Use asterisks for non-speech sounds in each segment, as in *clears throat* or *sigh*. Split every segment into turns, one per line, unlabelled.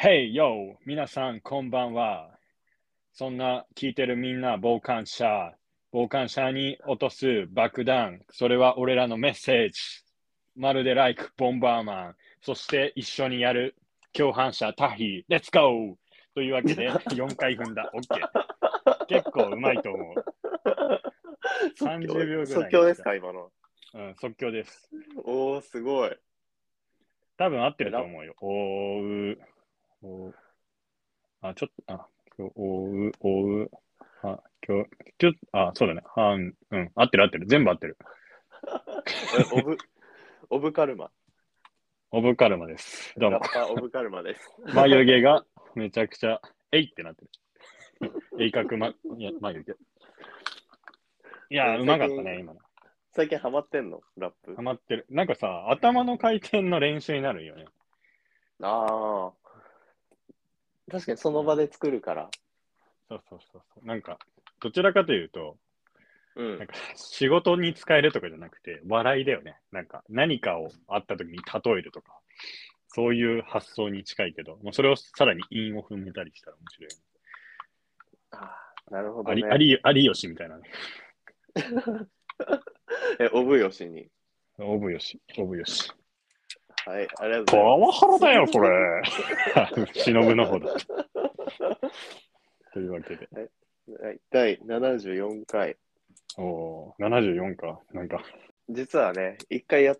Hey yo! 皆さん、こんばんは。そんな聞いてるみんな、傍観者。傍観者に落とす爆弾。それは俺らのメッセージ。まるで like ボンバーマン。そして一緒にやる共犯者タヒ。Let's go! というわけで、4回踏んだ。OK。結構うまいと思う。30秒ぐらいですか
即興ですか、今の。
うん、即興です。
おー、すごい。
多分合ってると思うよ。おう。おう。あ、ちょっと、あ、おう、おう。あ、今日、ちょっと、あ、そうだね。はん、うん、合ってる合ってる。全部合ってる。
えオブ、
*laughs*
オブカルマ。
オブカルマです。どう
ラ
も
ッ。パーオブカルマです。
眉毛がめちゃくちゃ、えいってなってる。鋭角ま、いや、眉毛。いや、うまかったね、今の。
最近ハマってんのラップ
ハ。マってる。なんかさ、頭の回転の練習になるよね。
ああ。確かにその場で作るから。
そうそうそうそう。なんか、どちらかというと、
う
なん
ん。
か仕事に使えるとかじゃなくて、笑いだよね。なんか何かをあった時に例えるとか、そういう発想に近いけど、もうそれをさらに韻を踏めたりしたら面白いよね、
あーなるほど、
あ
ね
り。あり。有吉みたいなね。
え、オブヨシに。
オブヨシ、オブヨシ。
はい、ありがと
パ
うござい
ワハラだよ、これ。 *laughs* 忍の方だ。というわけで、
ます。はい、第74回。
おー74か。なんか、
実はね、一回やっ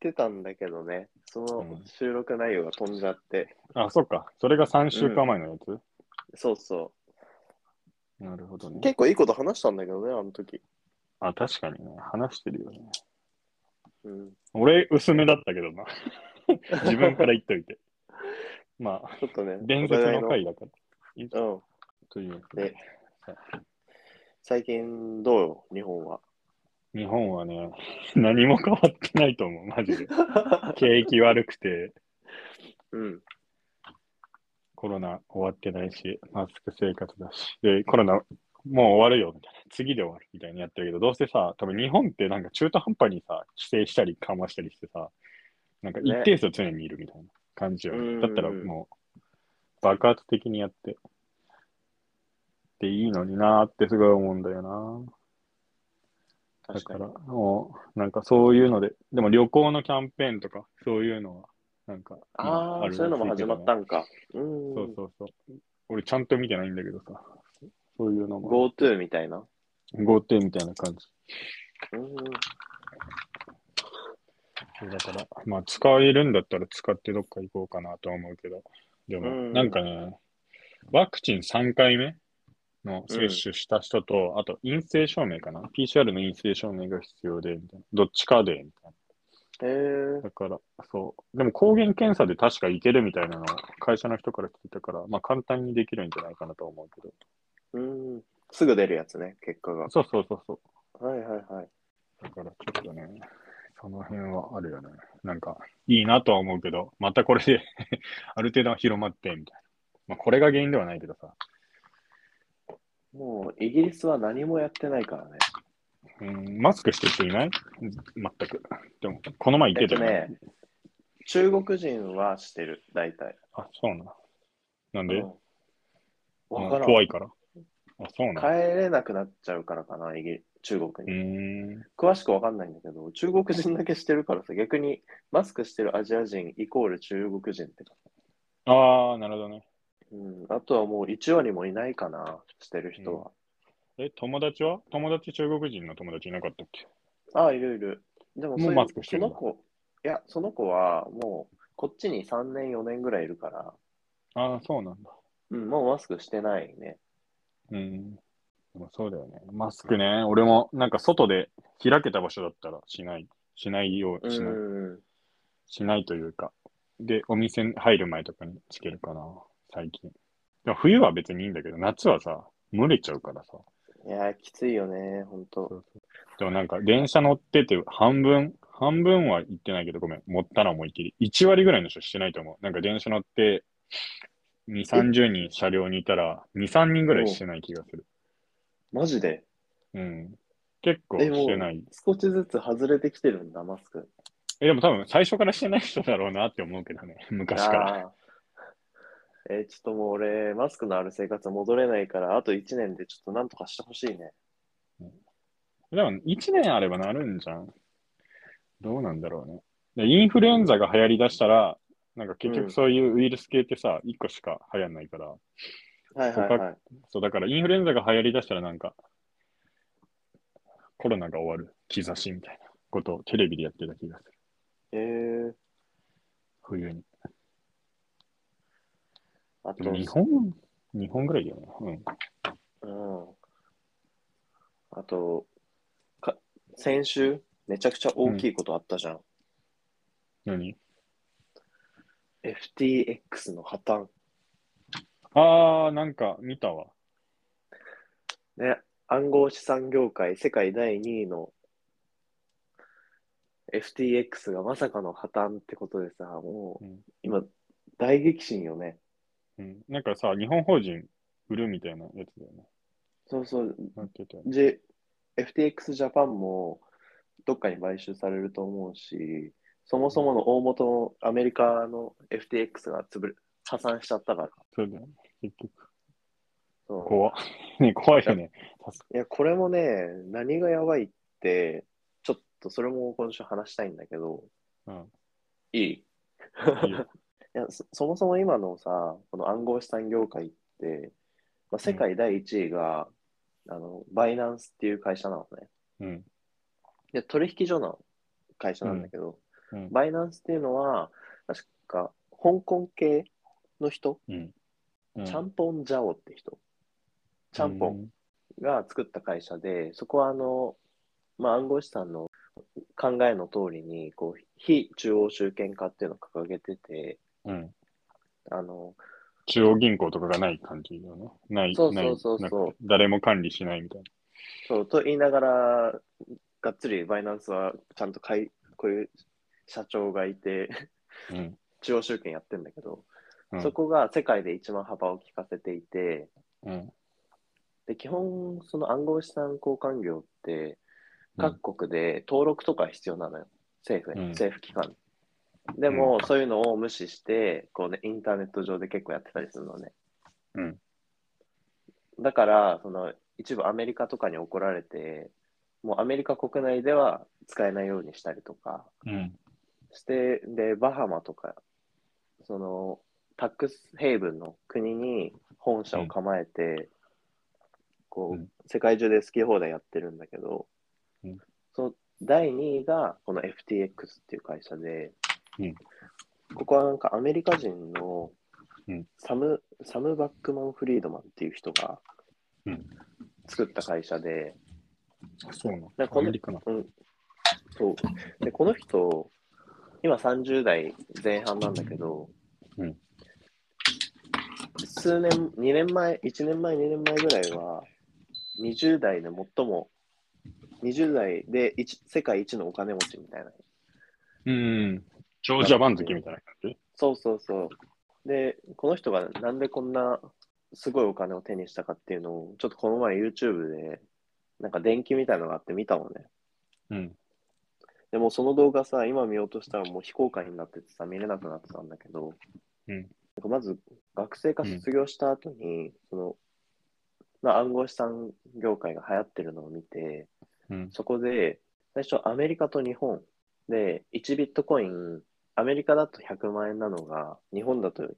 てたんだけどね、そ
うん
の収録内容が飛んじゃって、
あ、そっか。それが3週間前のやつ、
そうそ
なるほど
う。
ね。
結構いいこと話したんだけどね、あの時。
あ、確かにね。話してるよね。
うん。
俺、薄めだったけど
*laughs*
な。自分から言っといて。まあ、
ちょっとね、
伝説の回だから。
お互いのうん。
というわけで
ね最近どうよ、日本は。
日本はね、何も変わってないと思う、マジ
*laughs*
で。景気悪くて、
うん。
コロナ終わってないし、マスク生活だし、で、コロナもう終わるよ、みたいな。次で終わる、みたいにやってるけど、どうせさ、多分日本ってなんか中途半端にさ、規制したり緩和したりしてさ、なんか一定数常にいるみたいな感じよ、
うんうんうん
だったらもう、爆発的にやって、でいいのになーってすごい思うんだよな。だ
確
か、
からに。
もう、なんかそういうので、でも旅行のキャンペーンとか、そういうのは、なんか、
ああ、そういうのも始まった
ん
んか。うん。
そうそうそう。俺、ちゃんと見てないんだけどさ、そういうのも、
GoTo みたいな。
GoTo みたいな感じ。
うん。
だから、まあ、使えるんだったら使ってどっか行こうかなとは思うけど、でも、
うん
なんかね、ワクチン3回目の接種した人と、あと陰性証明かな ?PCR の陰性証明が必要で、みたいな。どっちかで、みたいな。
へえ。
だから、そう。でも抗原検査で確か行けるみたいなのを会社の人から聞いたから、まあ簡単にできるんじゃないかなとは思うけど。
うん。すぐ出るやつね、結果が。
そうそうそうそう。
はいはいはい。
だからちょっとね、その辺はあるよね。なんか、いいなとは思うけど、またこれで、 *laughs* ある程度は広まって、みたいな。まあこれが原因ではないけどさ。
もう、イギリスは何もやってないからね。
うん、マスクしてる人いない全く。でも、この前行ってたよね。
えっとね中国人はしてる、大体。
あ、そうな。なんで、
うん
あ
わからん。
怖いから。あ、そうな。
帰れなくなっちゃうからかな、イギリ中国
うー
に。
ん。
詳しくわかんないんだけど、中国人だけして
*laughs*
るからさ、逆にマスクしてるアジア人イコール中国人って。
ああ、なるほどね。
うん、あとはもう1割もいないかな、してる人は。
え、友達は友達、中国人の友達いなかったっけ
ああ、いるいる。でも
もう
そ
マスクして
そ
るの
の子、いや、その子はもうこっちに3年、4年ぐらいいるから、
ああ、そうなんだ。
うん、もうマスクしてないね。
うん。でもそうだよね。マスクね。俺もなんか外で開けた場所だったらしない。しないよう、
う
しない。
ん。
しないというか。で、お店に入る前とかにつけるかな。最近。でも冬は別にいいんだけど、夏はさ、蒸れちゃうからさ。
いやー、きついよね、ほんと。
でもなんか電車乗ってて半分、半分は行ってないけどごめん、持ったら思いっきり。1割ぐらいの人してないと思う。なんか電車乗って2、30人車両にいたら2、3人ぐらいしてない気がする。
マジで
うん。結構
でも
してない。
少しずつ外れてきてるんだ、マスク。
*laughs* え、でも多分最初からしてない人だろうなって思うけどね。昔から。
あえーちょっともう俺、マスクのある生活は戻れないから、あと1年でちょっとなんとかしてほしいね。
でも、1年あればなるんじゃん。どうなんだろうね。でインフルエンザが流行りだしたら、なんか結
うん
局そういうウイルス系ってさ、1個しか流行んないから。
はいはいはい。
そう、だからインフルエンザが流行りだしたらなんか、コロナが終わる兆しみたいなことをテレビでやってた気がする。
えー、
冬に。
あ
で
と、
も日本、日本ぐらいだよな。うん。
うん。あと、か先週、めちゃくちゃ大きいことあったじゃん。
何
FTX の破綻。
あー、なんか見たわ。
ね、暗号資産業界世界第2位の FTX がまさかの破綻ってことでさ、もう
うん
今、大激震よね。
うん。なんかさ、日本法人売るみたいなやつだよね。
そうそう、
なんて言ったよね。
で、FTX ジャパンもどっかに買収されると思うし、そもそもの大元のアメリカの FTX が潰れ破産しちゃったから。
それだよね。結局、
そう
怖っね、怖い *laughs* よね。
いや、これもね、何がやばいって、ちょっとそれも今週話したいんだけど、
うん。
いい
いい
*laughs*
よ
いやそそもそも今のさ、この暗号資産業界って、まあ、世界第1位が、あのバイナンスっていう会社なのね。
うん。
で取引所の会社なんだけど、
うん。
バイナンスっていうのは、確か香港系の人、
うん。うん
チャンポンジャオって人、チャンポンが作った会社で、そこはあの、まあ、暗号資産の考えの通りにこう、非中央集権化っていうのを掲げてて、
うん。うん。
あの
中央銀行とかがない感じだよね。ない、
そう
な
そ
いう
そうそう
なくて誰も管理しないみたい
そうと言いながら、がっつりバイナンスはちゃんとかいこういう社長がいて、
な。うん。
中央集権やってんだけど、
うん
そこが世界で一番幅を利かせていて、
うん。
で基本、その暗号資産交換業って、各国で登録とか必要なのよ、政府に、
うん
政府機関に。でも、そういうのを無視してこう、ね、インターネット上で結構やってたりするのね。
うん
だから、その一部アメリカとかに怒られて、もうアメリカ国内では使えないようにしたりとか
うん。
して、で、バハマとか、そのタックスヘイブンの国に本社を構えて、こ
う、
うん世界中で好き放題やってるんだけど、
うん
その第2位がこの FTX っていう会社で、
うん
ここはなんかアメリカ人の
うん
サム,、サム・バックマン・フリードマンっていう人が
うん
作った会社で、
そうなの。
なんかこの
アメリカな。
うん、そうでこの人、今30代前半なんだけど、
うん
数年、2年前、1年前、2年前ぐらいは、20代で最も、20代で一世界一のお金持ちみたいな。
うん。ジョージア番付みたいな感じ。
そうそうそう。で、この人がなんでこんなすごいお金を手にしたかっていうのを、ちょっとこの前 YouTube で、なんか電気みたいのがあって見たもんね。
うん。
でもその動画さ、今見ようとしたらもう非公開になっててさ、見れなくなってたんだけど、
うん
なんかまず学生が卒業した後に、その、まあ、暗号資産業界が流行ってるのを見て、
うん。
そこで、最初アメリカと日本で1ビットコイン、アメリカだと100万円なのが、日本だと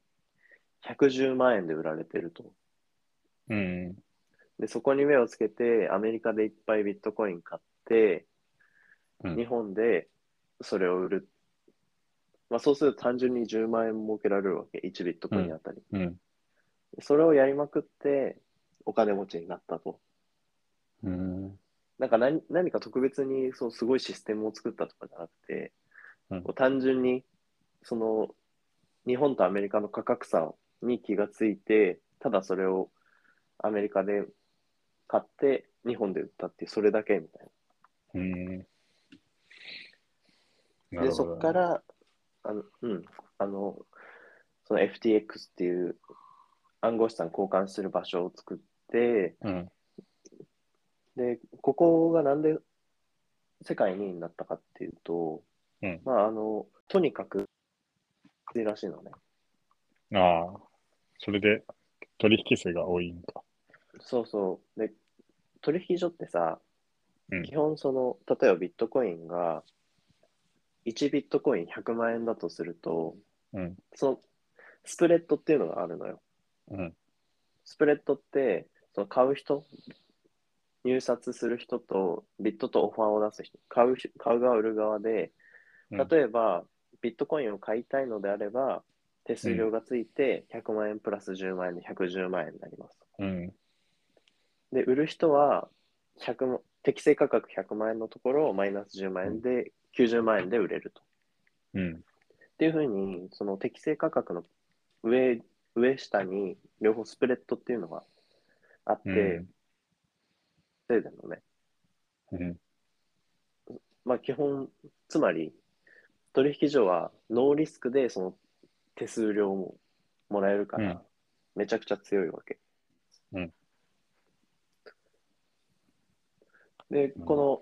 110万円で売られてると。
うん。
で、そこに目をつけて、アメリカでいっぱいビットコイン買って、
うん
日本でそれを売る。まあ、そうすると単純に10万円儲けられるわけ、1ビットコインあたり。
うん。
それをやりまくって、お金持ちになったと。
うん。
なんか何何か特別にそうすごいシステムを作ったとかじゃなくて、
うん
こう単純にその日本とアメリカの価格差に気がついて、ただそれをアメリカで買って、日本で売ったっていう、それだけみたいな。
うん。な
で、
るほ
そ
ど
っから、あの、うん、あの、その FTX っていう暗号資産交換する場所を作って、
うん。
で、ここがなんで世界2位になったかっていうと、
うん
まあ、あの、とにかく、いらしいのね。
ああ。それで取引数が多いんか。
そうそう。で、取引所ってさ、
うん
基本その、例えばビットコインが、1ビットコイン100万円だとすると、
うん
その、スプレッドっていうのがあるのよ。
うん。
スプレッドって、その買う人、入札する人と、ビットとオファーを出す人、買う人買う側、売る側で、
うん
例えば、ビットコインを買いたいのであれば、手数料がついて100万円プラス10万円で110万円になります。
うん。
で、売る人は100も、適正価格100万円のところをマイナス10万円で、90万円で売れると。
うん。
っていうふうに、その適正価格の上、上下に両方スプレッドっていうのがあって、
うん
制度のね、
うん。
まあ基本、つまり取引所はノーリスクでその手数料ももらえるか
うん
ら、めちゃくちゃ強いわけ。
うん
で、
うん
こ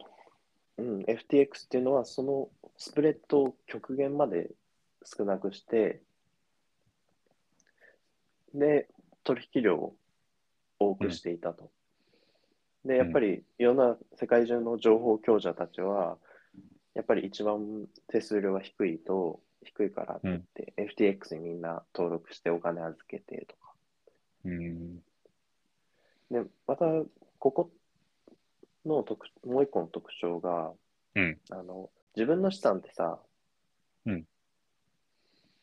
の、うん、FTX っていうのはそのスプレッドを極限まで少なくして、で、取引量を多くしていたと。で、やっぱりいろんな世界中の情報強者たちは、やっぱり一番手数料が低いと、低いからって言って、FTX にみんな登録してお金預けてとか。
うん。
で、また、ここの特、もう一個の特徴が、
うん
あの、自分の資産ってさ、
うん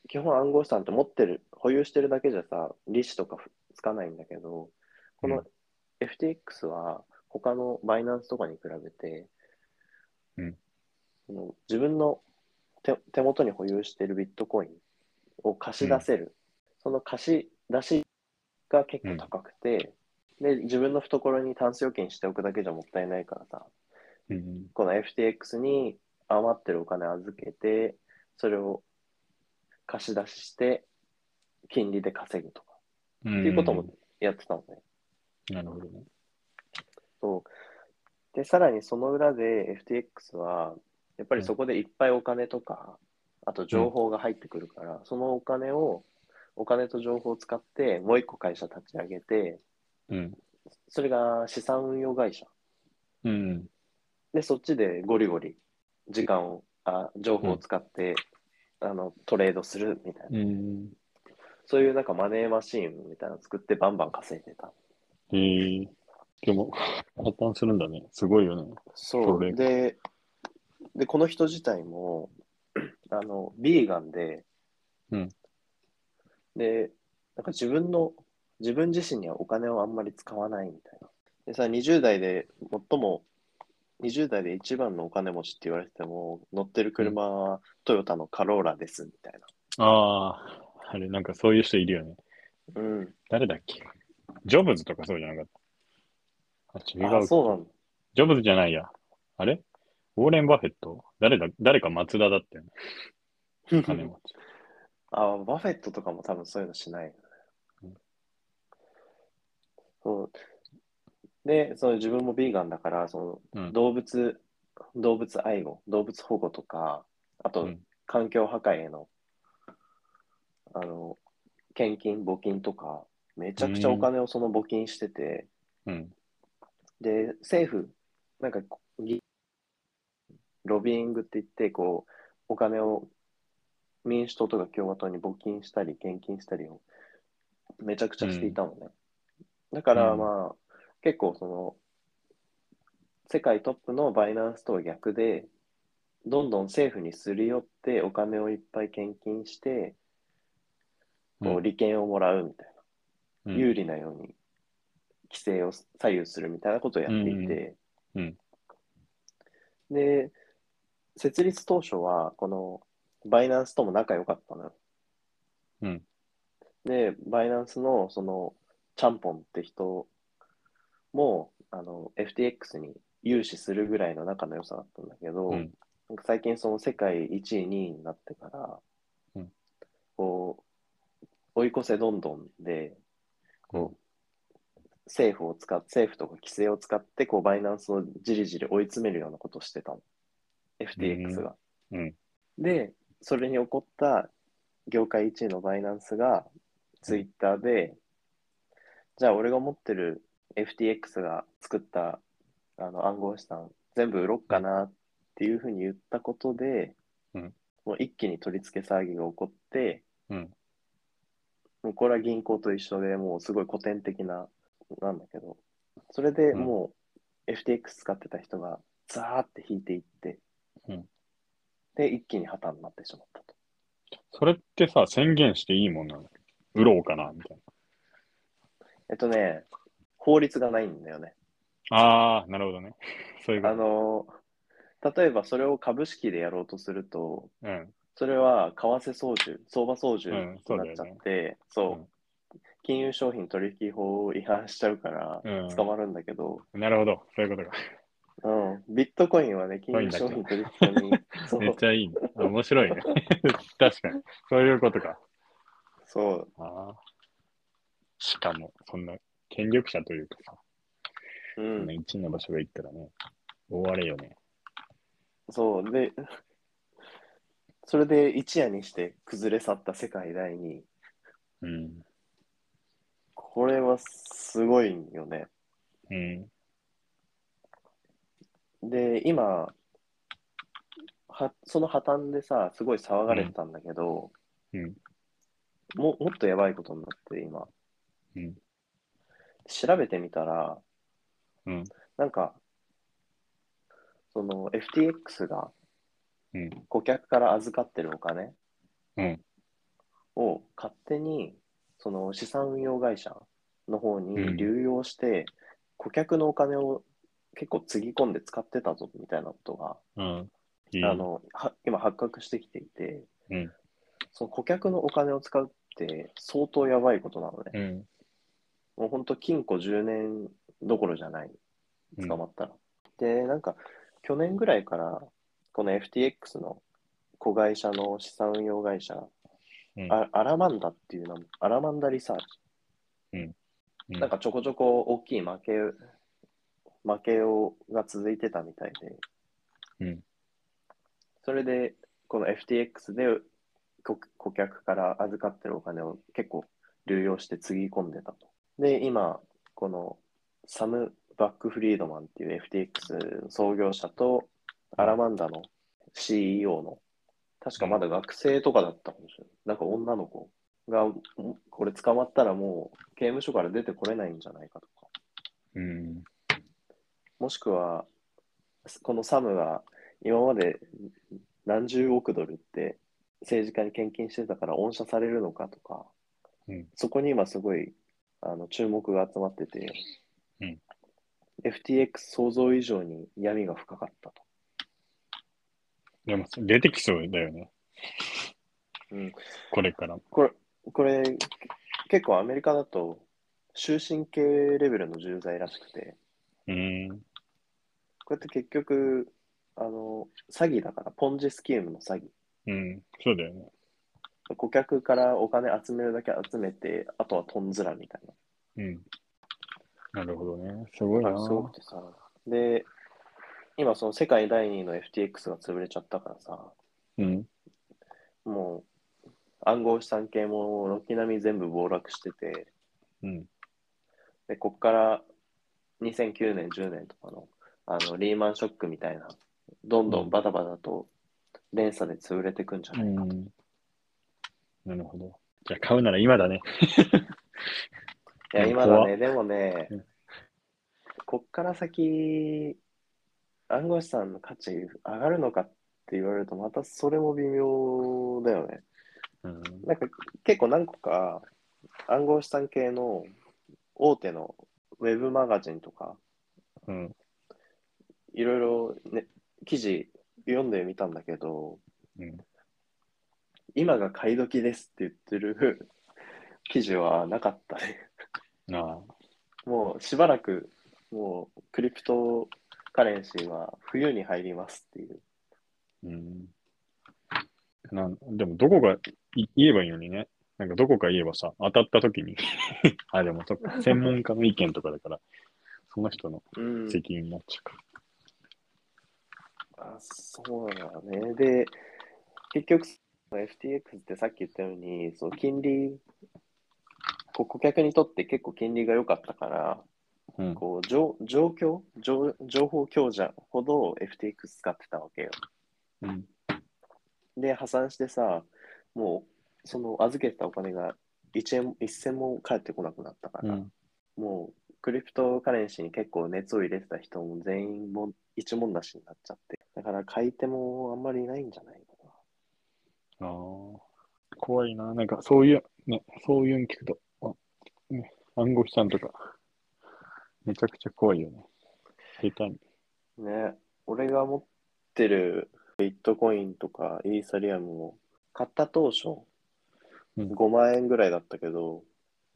基本暗号資産って持ってる、保有してるだけじゃさ、利子とかふつかないんだけど、こ
う
の
ん
FTX は他のバイナンスとかに比べて、
うん
その自分の手手元に保有してるビットコインを貸し出せる、その貸し出しが結構高くて、で、自分の懐にタンス預金しておくだけじゃもったいないからさ、
うん。
この FTX に余ってるお金預けて、それを貸し出しして、金利で稼ぐとか、
うん。
っていうこともやってたのね。
なるほどね。
そう。で、さらにその裏で FTX は、やっぱりそこでいっぱいお金とか、あと情報が入ってくるから、そのお金を、お金と情報を使って、もう一個会社立ち上げて、
うん。
それが資産運用会社。
うん。
で、そっちでゴリゴリ時間を、あ情報を使って、あのトレードするみたいな、
うん。
そういうなんかマネーマシーンみたいなの作ってバンバン稼いでた。
えー、でも、破綻するんだね。すごいよね。
そ
それ
う。で、で、この人自体も、あの、ビーガンで、
うん
で、なんか自分の、自分自身にはお金をあんまり使わないみたいな。でさ、20代で最も、20代で一番のお金持ちって言われても、乗ってる車はトヨタのカローラですみたい
ああ、あれ、なんかそういう人いるよね。
な。うん。
誰だっけジョブズとかそうじゃなかった。あ、違
あ、
う。
そうなの。
ジョブズじゃないや。あれウォーレン・バフェット誰だ、誰か松田だったよね。金持ち。
あ、バフェットとかも多分そういうのしないよね
うん。
そう。で、その自分もビーガンだから、そ
うん
の動物、動物愛護、動物保護とか、あ
う
と
ん
環境破壊への、あの、献金、募金とか、めちゃくちゃお金をその募金してて、
うん。
で、政府、なんかこう、ぎロビーイングって言って、こう、お金を民主党とか共和党に募金したり、献金したりをめちゃくちゃしていたのね。だから、
うん
まあ、結構その、世界トップのバイナンスとは逆で、どんどん政府にすり寄ってお金をいっぱい献金して、こ
う
うん利権をもらうみたい
う
な。
ん
有利なように規制を左右するみたいなことをやっていて、
うんうん
で設立当初はこのバイナンスとも仲良かったのよ、
うん
でバイナンスのそのチャンポンって人もあの FTX に融資するぐらいの仲の良さだったんだけど、
うん
なんか最近その世界1位2位になってから、
うん
こう追い越せどんどんでこう政府を使っ政府とか規制を使ってこうバイナンスをじりじり追い詰めるようなことをしてたの FTX が。
うん
でそれに起こった業界1位のバイナンスがツイッターで、じゃあ俺が持ってる FTX が作ったあの暗号資産全部売ろっかなっていうふうに言ったことで、
うん
もう一気に取り付け騒ぎが起こって、
うん
もうこれは銀行と一緒でもうすごい古典的ななんだけどそれでもう FTX 使ってた人がザーって引いていって、
うん
で一気に破綻になってしまったと。
それってさ、宣言していいもんなの売ろうかなみたい
えっとね法律がないんだよね。
な。ああ、なるほどね。そういうこ
あ
と。
の例えばそれを株式でやろうとすると、
うん。
それは為替操縦、相場操縦
うん
になっちゃって、そう
うん
金融商品取引法違反しちゃうから
うん
捕まるんだけど、
なるほど。そういうこと
*laughs*
か。
うんビットコインはね、金融商品取引法に、そ
めっ
う
ちゃいいね。あ面白いね。 *laughs* 確かに。そういうことか。
そう
ああ。しかも、そんな権力者というかさ、
う
そ
ん
んな一位の場所が行ったらね、終われよね。
そう、で、それで一夜にして崩れ去った世界第二位、
うん。
これはすごいよね。
うん。
で、今、はその破綻でさ、すごい騒がれてたんだけど、
うん。
ももっとやばいことになって、今。
うん
調べてみたら、
うん。
なんか、その FTX が
うん
顧客から預かってるお金
うん
を勝手にその資産運用会社の方
うん
に流用して、顧客のお金を結構つぎ込んで使ってたぞみたいなことが、
うん。いい
あのは今発覚してきていて、
うん
その顧客のお金を使うって相当やばいことなのね。
うん。
もう本当、禁錮10年どころじゃない、
うん
捕まったら。で、なんか、去年ぐらいから、この FTX の子会社の資産運用会社、
うん
あアラマンダっていう名前、アラマンダリサーチ、
うん
なんかちょこちょこ大きい負け、負けをが続いてたみたいで、
うん
それで、この FTX で顧顧客から預かってるお金を結構流用してつぎ込んでたと。で、今、このサム・バックフリードマンっていう FTX 創業者とアラマンダの CEO の、確かまだ学生とかだったかもしれない。なんか女の子が、もこれ捕まったらもう刑務所から出てこれないんじゃないかとか。
うん。
もしくは、このサムが今まで何十億ドルって政治家に献金してたから恩赦されるのかとか、
うん
そこに今すごいあの注目が集まってて、
うん
FTX 想像以上に闇が深かったと。
でも、出てきそうだよね。
うん
これから。
これ、これ結構アメリカだと終身刑レベルの重罪らしくて、
うん。
これって結局、あの詐欺だから、ポンジスキームの詐欺。
うん。そうだよね。
顧客からお金集めるだけ集めて、あとはトンズラみたい
うん。なるほどね。すごい
な。
な。
すごくてさ。で、今その世界第2位の FTX が潰れちゃったからさ、
うん。
もう暗号資産系も軒並み全部暴落してて、
うん。
で、こっから2009年、10年とかのあのリーマンショックみたいな、どんどんバタバタと連鎖で潰れてくんじゃ
う
ない、
ん。なるほど。じゃあ買うなら今だね。
いや、
うん
今だ
怖
ね、
っ
でもね
うん、
こっから先、暗号資産の価値上がるのかって言われると、またそれも微妙だよね。
うん。
なんか結構何個か暗号資産系の大手のウェブマガジンとか、
うん。
いろいろ、ね、記事読んでみたんだけど、
うん
今が買い時ですって言ってる *laughs* 記事はなかったね。
なあ。
もうしばらく、もうクリプトカレンシーは冬に入りますっていう。
うん。なんでも、どこがい言えばいいのにね。なんか、どこか言えばさ、当たった時に。 *laughs* あ、でも、そっか。専門家の意見とかだから、その人の
うん
責任になっちゃうか。
あそうなのね。で、結局、FTX ってさっき言ったように、そう金利こう顧客にとって結構金利が良かったから、
うん。
こう状状況情、情報強者ほど FTX 使ってたわけよ。
うん。
で、破産してさ、もうその預けてたお金が1円一銭も返ってこなくなったから、
うん。
もうクリプトカレンシーに結構熱を入れてた人も全員も一文なしになっちゃって、だから買い手もあんまりいないんじゃないかな。
ああ。怖いな。なんか、そういう、ね、そういうの聞くと、あね、暗号資産とか、めちゃくちゃ怖いよね。下手に。
ね、俺が持ってるビットコインとかイーサリアムも買った当初
うん
5万円ぐらいだったけど、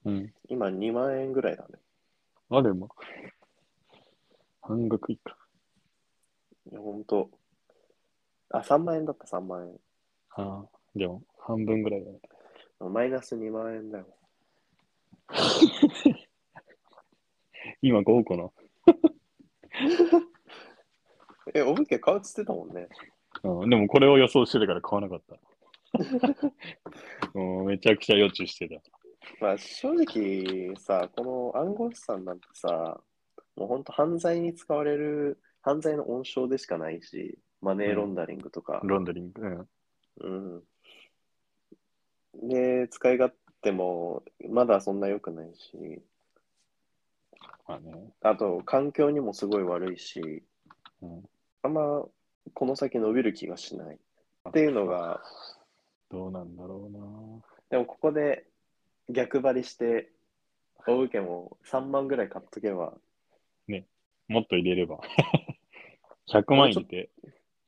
うん。
今2万円ぐらいだね。
あれも、半額以下。
いや、ほんと。あ、3万円だった、3万
ああ。でも、半分ぐらいだね。
円。マイナス2万円だよ。
今5個の。
え、お武家買うっつってたもんね。
うん、でもこれを予想してたから買わなか
*laughs*
った。もうめちゃくちゃ予知してた。
まあ、正直さ、この暗号資産なんてさ、もうほんと犯罪に使われる、犯罪の温床でしかないし、マネーロンダリングとか。
ロンダリング。うん。
うん。で、使い勝手もまだそんな良くないし、
まあね。
あと環境にもすごい悪いし、
うん、
あんまこの先伸びる気がしないっていうのが、
どうなんだろ
でもここで逆張りして、大受けも3万ぐらい買っとけば、
うな。もっと入れれば。100万入れて、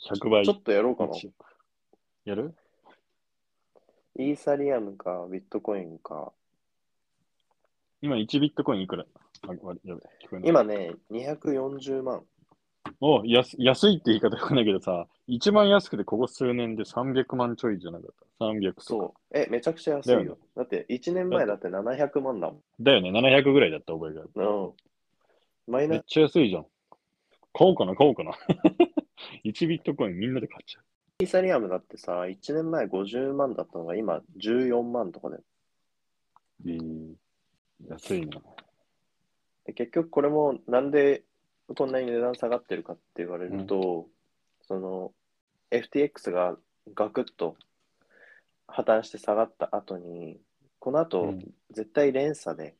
100倍
ちょっとやろうかな。
やる
イーサリアムかビットコインか。
今1ビットコインいくらあわやべ聞こえない
今ね、240万。
お安安いって言い方よくないけどさ、一番安くてここ数年で300万ちょいじゃなかった。300とか
そう。え、めちゃくちゃ安い
だよ
よ。だって1年前だって700万だもん。
だよね、700ぐらいだった覚えがある。
うん。マイ
め
ナ
っちゃ安いじゃん。買おうかな、買おうかな。1ビットコインみんなで買っちゃう。
イーサリアムだってさ、1年前50万だったのが今14万とかだよ。
えー、安いな。
で結局これもなんでこんなに値段下がってるかって言われると、その FTX がガクッと破綻して下がった後に、この後、
うん
絶対連鎖で、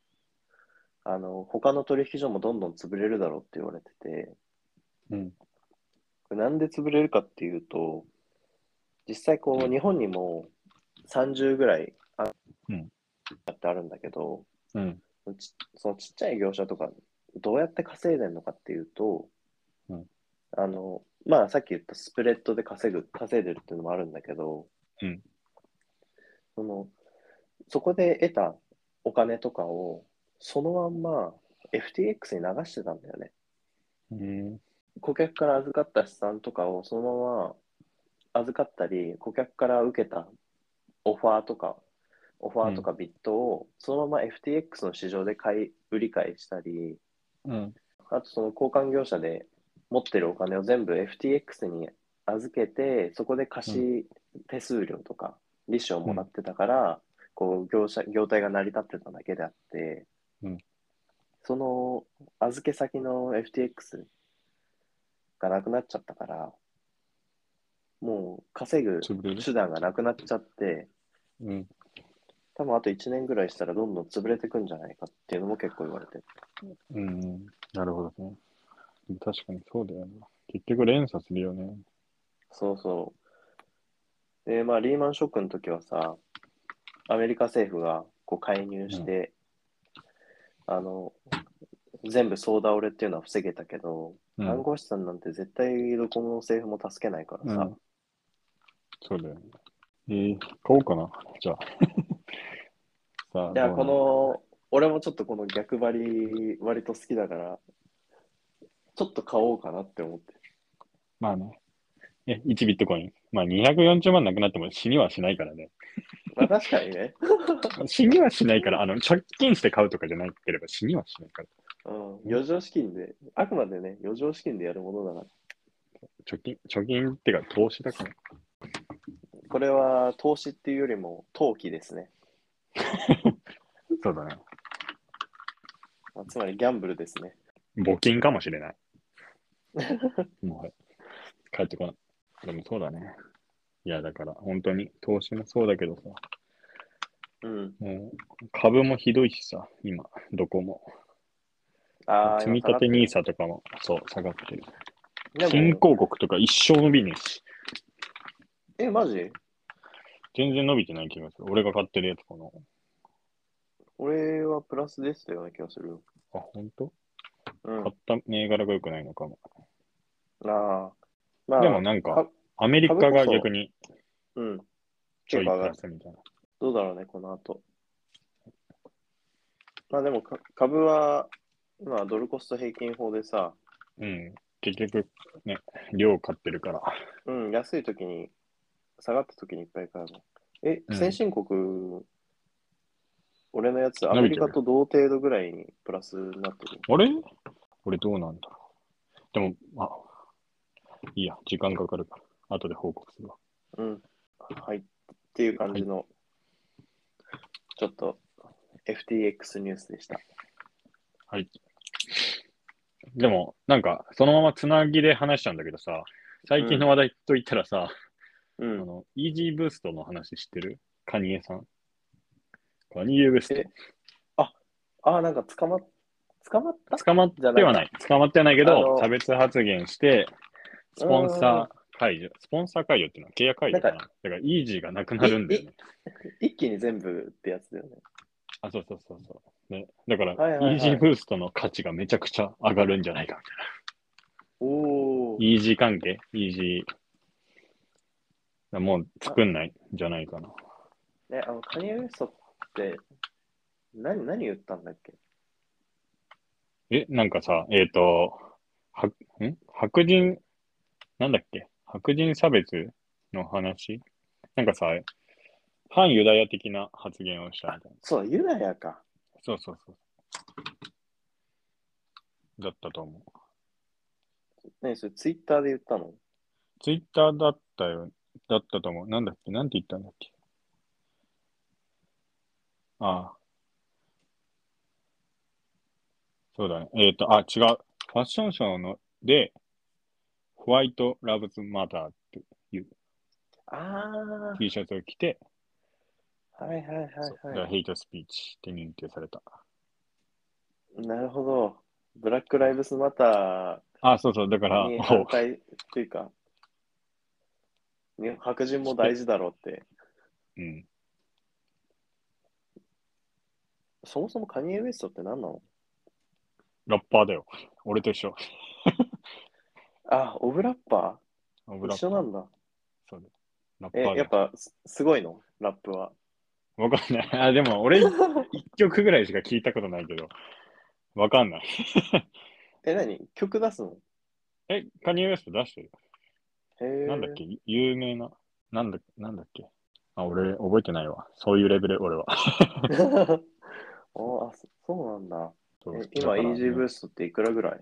あの、他の取引所もどんどん潰れるだろうって言われてて、
うん。
これなんで潰れるかっていうと、実際こ
う
う、
ん
日本にも30ぐらいあ
うん
ってあるんだけど、
うん。
ちそのちっちゃい業者とか、どうやって稼いでるのかっていうと、
うん
あの、まあさっき言ったスプレッドで稼ぐ、稼いでるっていうのもあるんだけど、
うん
その、そこで得たお金とかを、そのまんま FTX に流してたんだよね。
うん。
顧客から預かった資産とかをそのまま預かったり、顧客から受けたオファーとか、オファーとかビットをそのまま FTX の市場で買い、売り買いしたり、
うん。
あとその交換業者で持ってるお金を全部 FTX に預けて、そこで貸し手数料とか利子をもらってたから、こう業者、業態が成り立ってただけであって、
うん
その預け先の FTX がなくなっちゃったから、もう稼ぐ
潰れる
手段がなくなっちゃって、
うん。
多分あと1年ぐらいしたらどんどん潰れてくんじゃないかっていうのも結構言われてる。
うん。なるほどね。でも確かにそうだよな。結局連鎖するよね。
そうそう。で、まあ、リーマンショックの時はさ、アメリカ政府がこう介入して、あの、全部総倒れっていうのは防げたけど、
う
暗
ん。
号資産なんて絶対どこの政府も助けないから
う
さ
ん、そうだよね。えー、買おうかな。じゃあ。 *laughs* さあ、
いや、
どう
この、俺もちょっとこの逆張り、割と好きだから、ちょっと買おうかなって思って。
なの。まあね。え、1ビットコイン。まあ240万なくなっても死にはしないからね。 *laughs*
まあ、確かにね。
死にはしないから、あの、借金して買うとかじゃなければ死にはしないから。
うん。余剰資金で、あくまでね、余剰資金でやるものだから。
貯金、貯金ってか投資だから。
これは投資っていうよりも投機ですね。
そうだな。
あつまりギャンブルですね。
募金かもしれ
*laughs*
ない。もう、帰ってこない。でもそうだね。いや、だから、本当に、投資もそうだけどさ、
うん。
もう、株もひどいしさ、今、どこも。
ああ、
積み
今
立て NISA とかも、そう、下がってる。
でも
新興国とか一生伸びねえし、
え、マジ
全然伸びてない気がする。俺が買ってるやつかな。
俺はプラスでしたような気がする。
あ、本当？
うん。
買った銘柄が良くないのかも。
ああ。まあ、
でもなんか
か、
アメリカ
株こ
が
そ
逆に
うん。
ちょいプ
結構上が
ラ
る。
スみたいな。
どうだろうね、この後。まあでもか、株は、まあ、ドルコスト平均法でさ、
うん。結局、ね、量買ってるから。
うん、安い時に、下がった時にいっぱい買うの。え
う、ん
先進国、俺のやつ、ア
伸
メ
びて
リ
る
カと同程度ぐらいにプラスになってる。
あれ俺どうなんだろう。でも、あ、いいや、時間かかるから。後で報告するわ。
うん。はい。っていう感じの、ちょっと FTX ニュースでした。
でも、なんか、そのままつなぎで話したんだけどさ、最近の話題といったらさ、
う
あ
ん。
の、イージーブーストの話知ってるカニエさん。カニエウエスト
え。ああ、なんか捕まっ、捕まった
捕まってはない。捕まってはないけ
あ
ど
の、
差別発言して、スポンサー解除。スポンサー解除っていうのは契約解除かな。
な
だから、イージーがなくなるんだよね。
一気に全部ってやつだよね。
あ、そうそうそうそう。ね、だから、
はいはいはい
イージーブーストの価値がめちゃくちゃ上がるんじゃないかみたい
おお。
な。イージー関係イージー。もう作んないんじゃないかな。
ね、あの、カニエ・ウエストって、何、何言ったんだっけ
え、なんかさ、えっ、と、は、ん白人、なんだっけ白人差別の話なんかさ、反ユダヤ的な発言をしたみたいな。
そうだ、ユダヤか。
そうそうそう。だったと思う。
ね、それツイッターで言ったの
ツイッターだったよ、だったと思う。なんだっけなんて言ったんだっけああ。そうだね。えっ、と、あ、違う。ファッションショーので、ホワイト・ラブズ・マターって
あ
T シャツを着て、
あ、はいはい
そう
はい
だ
は
ヘイトスピーチって認定された。
い。なるほど。ブラック・ライブスマタ
あ、そうそう。だから、
ーに
もう
反対っていうか、ね白人も大事だろうって。
うん。
そもそもカニエ・ウエストって何なの
ラッパーだよ。俺と一緒。
あ、オブラッパ
オブ
ー
ラッ
一緒なんだ。
そうだよラッパ
え、
ーだ
やっ
よ。
ぱすすごいのラップ *laughs* は。
わかんない。あ、でも俺、一曲ぐらいしか聞いたことないけど、わかんない。
え、何曲出すの
え、カニエ・ウエスト出してる。
へえ。
なんだっけ有名な。なんだ、なんだっけあ、俺、覚えてないわ。そういうレベル、俺は。
*laughs* おあそそうなんだ。
そう
え今、イージーブーストっていくらぐらい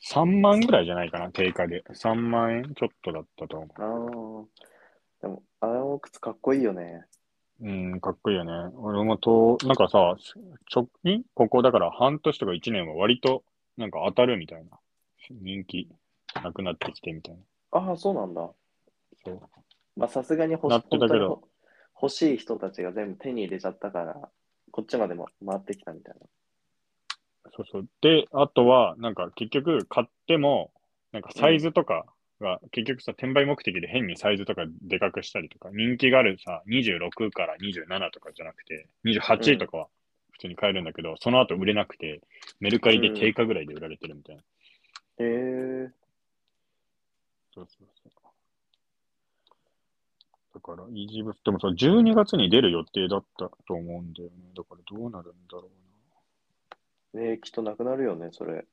3万ぐらいじゃないかな、定価で。3万円ちょっとだったと思
ああ。でも、あの靴かっこいいよね。
う。うん、かっこいいよね。俺もと、なんかさ、直近ここだから半年とか1年は割と、なんか当たるみたいな。人気、なくなってきてみたいな。
ああ、そうなんだ。
そう。
まあ、さすがに欲
な
し
ってたけど
本当に欲しい人たちが全部手に入れちゃったから、こっちまでも回ってきたみたい
そうそう。で、あとは、なんか結局買っても、なんかサイズとかが、結局さ、転売目的で変にサイズとかでかくしたりとか、人気があるさ、26から27とかじゃなくて、28とかは普通に買えるんだけど、その後売れなくて、メルカリで定価ぐらいで売られてるみたいな。
な。へえ
そうそうそう。だから、イージーブースでもそう、12月に出る予定だったと思うんだよね。だからどうなるんだろうな。
ねえきっとなくなるよね、それ。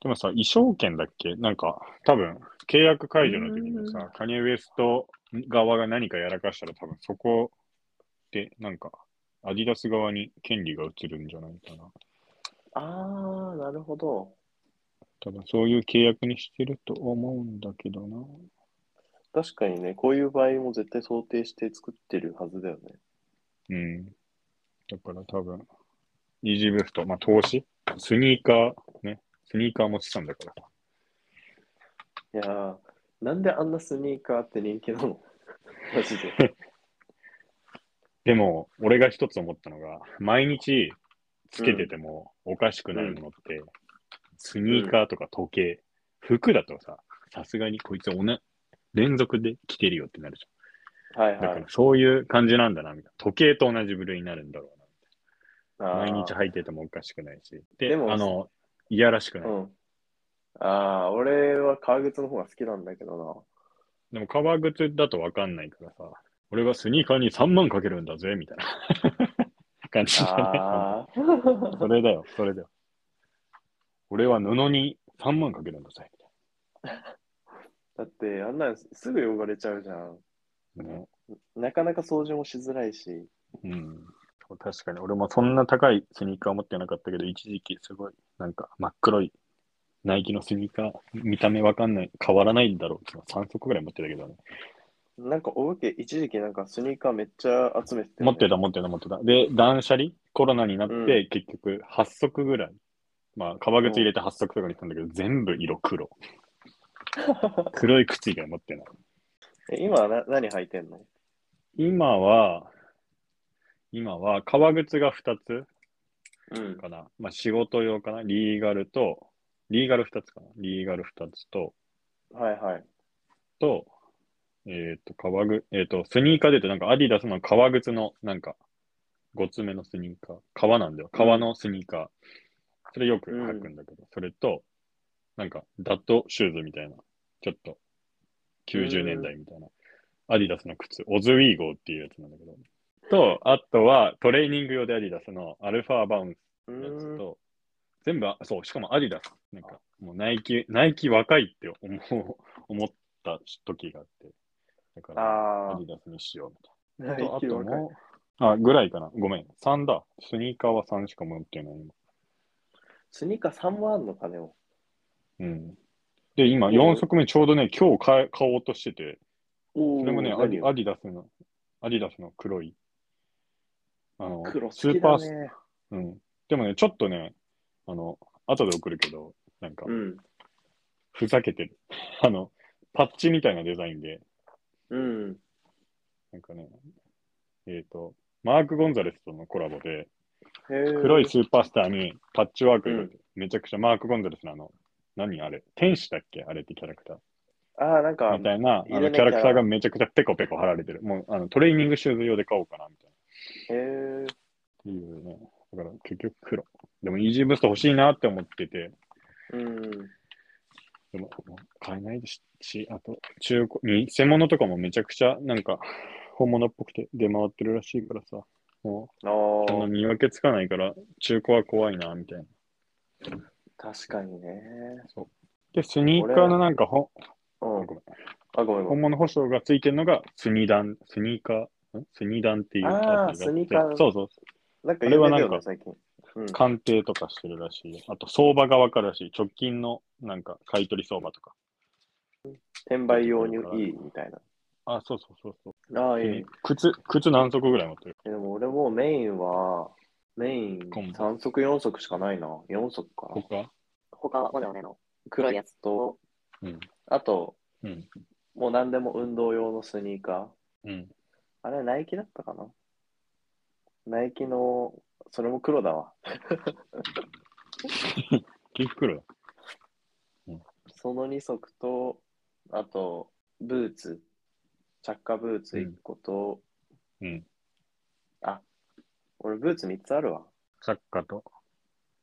でもさ、衣装権だっけなんか、多分、契約解除の時に
う
さ、カニエ・ウエスト側が何かやらかしたら、多分そこで、なんか、アディダス側に権利が移るんじゃないかな。
ああ、なるほど。
多分そういう契約にしてると思うんだけどな。
確かにね、こういう場合も絶対想定して作ってるはずだよね。
うん。だから多分、イージーブースト、まあ、投資スニーカー、ね。スニーカー持ちたんだからさ。
いやー、なんであんなスニーカーって人気なの *laughs* マジで。
でも、俺が一つ思ったのが、毎日つけててもおかしくないものって、スニーカーとか時計、服だとさ、さすがにこいつおな連続で着てるよってなるじ
はい
ゃん。だ
は
から
い。
そういう感じなんだな、みたいな。時計と同じ部類になるんだろうな。
あー
毎日履いててもおかしくないし。で、
でも
あの、いやらしくない。
うん。ああ、俺は革靴の方が好きなんだけど
でも革靴だとわかんないからさ、俺はスニーカーに3万かけるんだぜ、みたいな *laughs* 感じ
な。
だね。
あ
*laughs*
あ。
それだよ、それだよ。俺は布に3万かけるんだぜ、
だって、あんなんすぐ汚れちゃうじゃん。
みたいな。ね
なかなか掃除もしづらいし。
うん、そう確かに、俺もそんな高いスニーカー持ってなかったけど、一時期すごい、なんか真っ黒い、ナイキのスニーカー、見た目わかんない、変わらないんだろうけど、3足ぐらい持ってたけどね。
なんか、おけ一時期なんかスニーカーめっちゃ集めてた
持っ
よね、
てた、持ってた、持ってた。で、断捨離コロナになっ
う
て、結局8足ぐらい。まあ、革靴入れて8足とかにしたんだけど、全部色 *laughs* 黒。黒い靴以外持ってない。
え今はな何履いてんの
今は、今は革靴が2つ
うん。
かな。まあ、仕事用かな。リーガルと、リーガル2つかな。リーガル2つと、
はいはい。
と、えっ、と、革靴、えっ、と、スニーカーで言うと、なんかアディダスの革靴の、なんか、5つ目のスニーカー。革なんだよ。革のスニーカー。それよく履くんだけど、それと、なんか、ダットシューズみたいな、ちょっと、90年代みたいな、アディダスの靴、オズウィーゴーっていうやつなんだけど、と、あとは、トレーニング用でアディダスのアルファバウン
う
やつ
ん。
と、全部あ、そう、しかもアディダス。なんか、もうナイキ、ナイキ若いって思う *laughs* 思った時があって、だから、ア
あ
ディダスにしようみたい
あ。ナイ
な。とあ
キ
と
若い
もう、あ、ぐらいかな。ごめん、3だ。スニーカーは3しか持ってない。今
スニーカー3もあんのかねも
うん。で、今、4足目ちょうどね、今日買え買おうとしてて、
お
それもね、アディ
あ
アディダスの、アディダスの黒い、あの、
黒好
スー
き
パー
だ
ス、
ね。
うん。でもね、ちょっとね、あの、後で送るけど、なんか
う、ん。
ふざけてる。 *laughs* あの、パッチみたいなデザインで、
うん。
なんかね、えっ、と、マーク・ゴンザレスとのコラボで、
へー
黒いスーパースターにパッチワークがめちゃくちゃマーク・ゴンザレスのあの、何あれ天使だっけあれってキャラクタ
ああ、なん
ー。
か
み、たいな、あ
い
の
るね
キャラクターがめちゃくちゃペコペコ貼られてる。もうあのトレーニングシューズ用で買おうかな、みたい
へえ。
な。っていうね。だから結局黒。でもイージーブースト欲しいなって思ってて、
うん。
でも、もう買えないですし、あと、中古、偽物とかもめちゃくちゃ、なんか、本物っぽくて出回ってるらしいからさ、も
あ
う、そんな
あ、
見分けつかないから、中古は怖いな、みたいな。
確かにね。
で、スニーカーのなんかほ、
うん。
ごめん
あ、ごめんごめ
本
ん。
物保証がついてるのが、スニーダン、スニーカー、んスニーダンっていう
あー
アプリが
スニーカー
そうそうそう。
なんか
あれ
有
は
名
なん
だ
か
よね、最近。うん。
鑑定とかしてるらしいよ。あと、相場がわかるらしい。直近の、なんか、買い取り相場とか。
転売用にいいみたい
あ、そうそうそうそう。
な。ああ、いい。え
靴、靴何足ぐらい持ってる
でも俺もうメインは、メイン
コンボ
3足4足しかないな。4足かな。
他
他は、これ俺の黒いやつと、
うん。
あと、
うん。
もう何でも運動用のスニーカ
う
ー。
ん。
あれ、ナイキだったかなナイキの、それも黒だわ。
キー袋だ。
その2足と、あと、ブーツ。着火ブーツ1個と、
うん。
俺ブーツ3つあるわ。
サッカーと。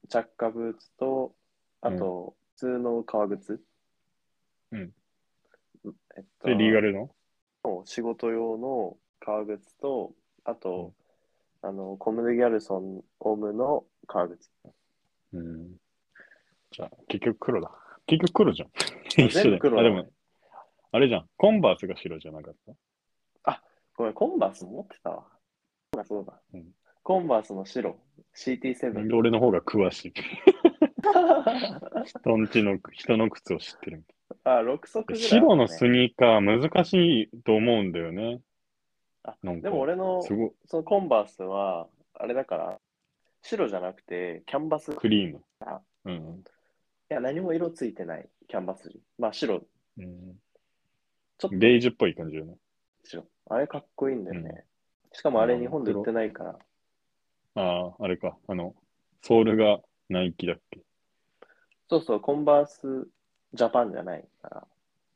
着火ブーツと、あと、普通の革靴。
うん。
えっと、
で、リーガルの
仕事用の革靴と、あと、あの、コムデ・ギャルソンオムの革靴。
うん。じゃあ、結局黒だ。結局黒じゃん。一緒だ
全
よ
部黒だ
あ、でも、あれじゃん。コンバースが白じゃなかった
ごめん、コンバース持ってたわ。そうだ、そうだ。
うん
コンバースの白、CT7。
俺の方が詳
*laughs*
しい。人んちの、人の靴を知ってる。
あ、6足ぐらい、
白のス
ー
ニーカー難しいと思うんだよね。
あ
なんか
でも俺の
す、ごい。
そのコンバースは、あれだから、白じゃなくて、キャンバス、い
クリーム
あ。
うん。
や、何も色ついてないキャンバス地。まあ、白、
うん
ちょっと
ベージュっぽい感じよね。
白。あれかっこいいんだよね。しかもあれ日本で売ってないから、
ああ、あれか。あの、ソールがナイキだっけ。
そうそう、コンバースジャパンじゃないから。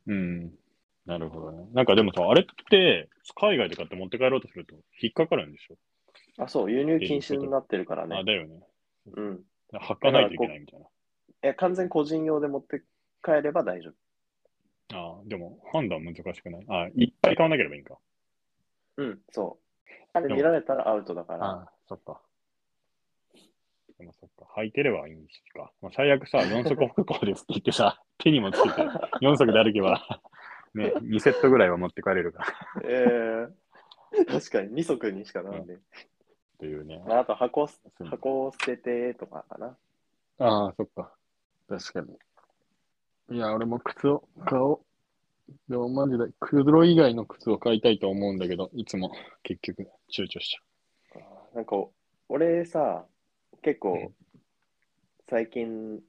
うん。なるほどね。なんかでもさ、あれって、海外とかって持って帰ろうとすると引っかかるんでしょ、
あ、そう、輸入禁止になってるから
あ、
ね。
だよね。
うん。
履かないといけないみたいな。
いや、完全個人用で持って帰れば大丈夫。
ああ、でも判断難しくないああ、いっぱい買わなければいいんか。
うん、そう。あれ
でも
見られたらアウトだから。
あ、そっか。でもそっか。履いてればいいんしか。まあ、最悪さ、4足歩行ですって言ってさ、 *laughs* 手にもつけて、4足で歩けば、ね、2セットぐらいは持ってかれるから。っ
え
*laughs*
え確かに二足にしかなんで。
ていうね。
まあ、あと箱す
そう
箱を捨ててとかかな。
ああ、そっか。確かに。いや、俺も靴を買おう。でもマジで、黒以外の靴を買いたいと思うんだけど、いつも結局躊躇しちゃ
なんか俺さ、結
う
構
ん
最近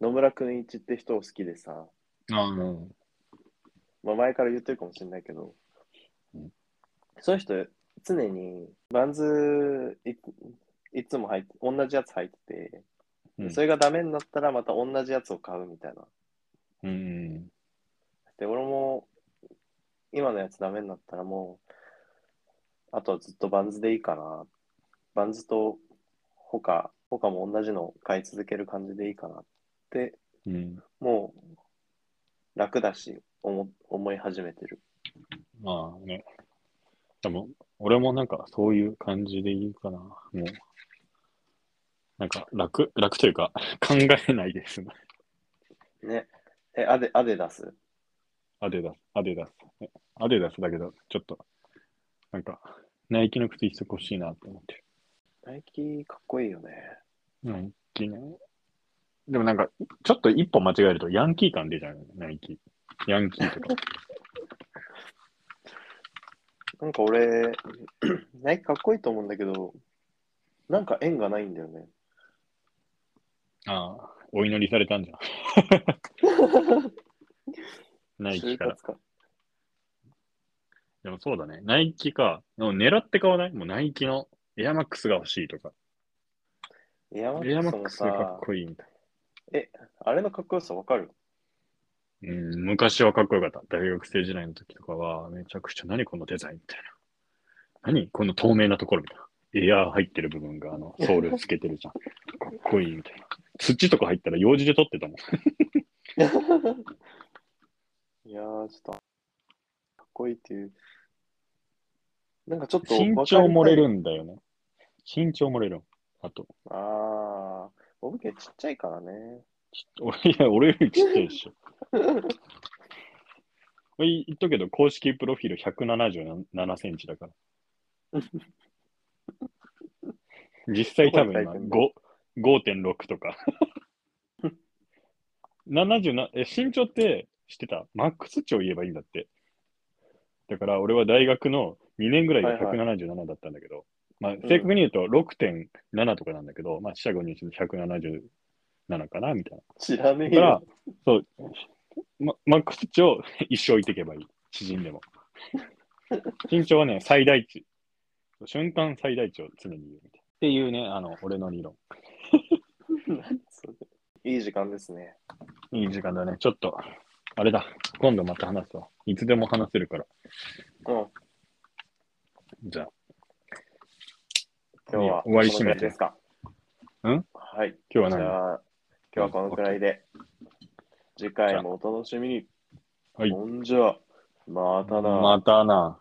野村くん一って人を好きでさ、
う。ああ、うん。
まあ、前から言ってるかもしれないけど、
うん
そういう人常にバンズいいつも入って同じやつ入ってて、
うん
それがダメになったらまた同じやつを買うみたいな。
うん。
で、俺も、今のやつダメになったらもう、あとはずっとバンズでいいかな。バンズと他、他も同じの買い続ける感じでいいかなって、
うん。
もう楽だし、思思い始めてる。
まあね。でも、俺もなんかそういう感じでいいかな。もう、なんか楽、楽というか *laughs* 考えないです。
ね。え、アデアデダス。
アデダス、アデダス。アデダスだけど、ちょっと、なんか、ナイキの靴一足欲しいなって思ってる。
ナイキかっこいいよね。
ナイキね。でもなんか、ちょっと一歩間違えるとヤンキー感出ちゃうよね、ナイキ。ヤンキーとか。
なんか俺、 *clears throat* ナイキかっこいいと思うんだけど、なんか縁がないんだよね。
ああ、お祈りされたんじゃ *laughs* ん。ナイキ
就
から
活。か。
でもそうだね。ナイキか。でも狙って買わないもうナイキのエアマックスが欲しいとか。
エアマ
エア
ッ
マ
ク
ッ
ス
ク
も
スがか
さ
っ、こいいみたい
あれのかっこよさわかる
な。うん、昔はかっこよかった。大学生時代の時とかは、めちゃくちゃ何このデザインみたいな。何この透明なところみたいな。エアー入ってる部分があのソールつけてるじゃん。かっこいいみたいな。土とか入ったら用事で取ってたもん。
いやー、ちょっと、かっこいいっていう。なんかちょっと、
身長漏れ。るんだよね。身長漏れる。あと、
あー、ボブケちっちゃいからね。
ちょっと俺、いや、俺よりちっちゃいでしょ。俺言っとくけど、公式プロフィール177センチだから。実際多分今
どこに書いてん
ご5.6とか。77え身長って知ってたマックス値を言えばいいんだって。だから俺は大学の2年ぐらいが
はい
177だったんだけど、まあ、正確に言うと6.7とかなんだけど、まあ四捨五入すると177かなみたいな。
知らね
だ
え
から
よ。、
そう、ま、マックス値を一生置いていけばいい。縮んでも。身長はね、最大値。瞬間最大値を常に言うみたいな。っていうね、あの、俺の理論。
それ *laughs* いい時間ですね。
いい時間だね。ちょっと、あれだ。今度また話すわ。いつでも話せるから。
うん、
じゃあ、
今日は、
終わり締めて
ですか。
うん
はい。
今日
じ
は何
ゃあ、今日はこのくらいで、次回もお楽しみに。
はい
ほんじゃ、またな。
またな。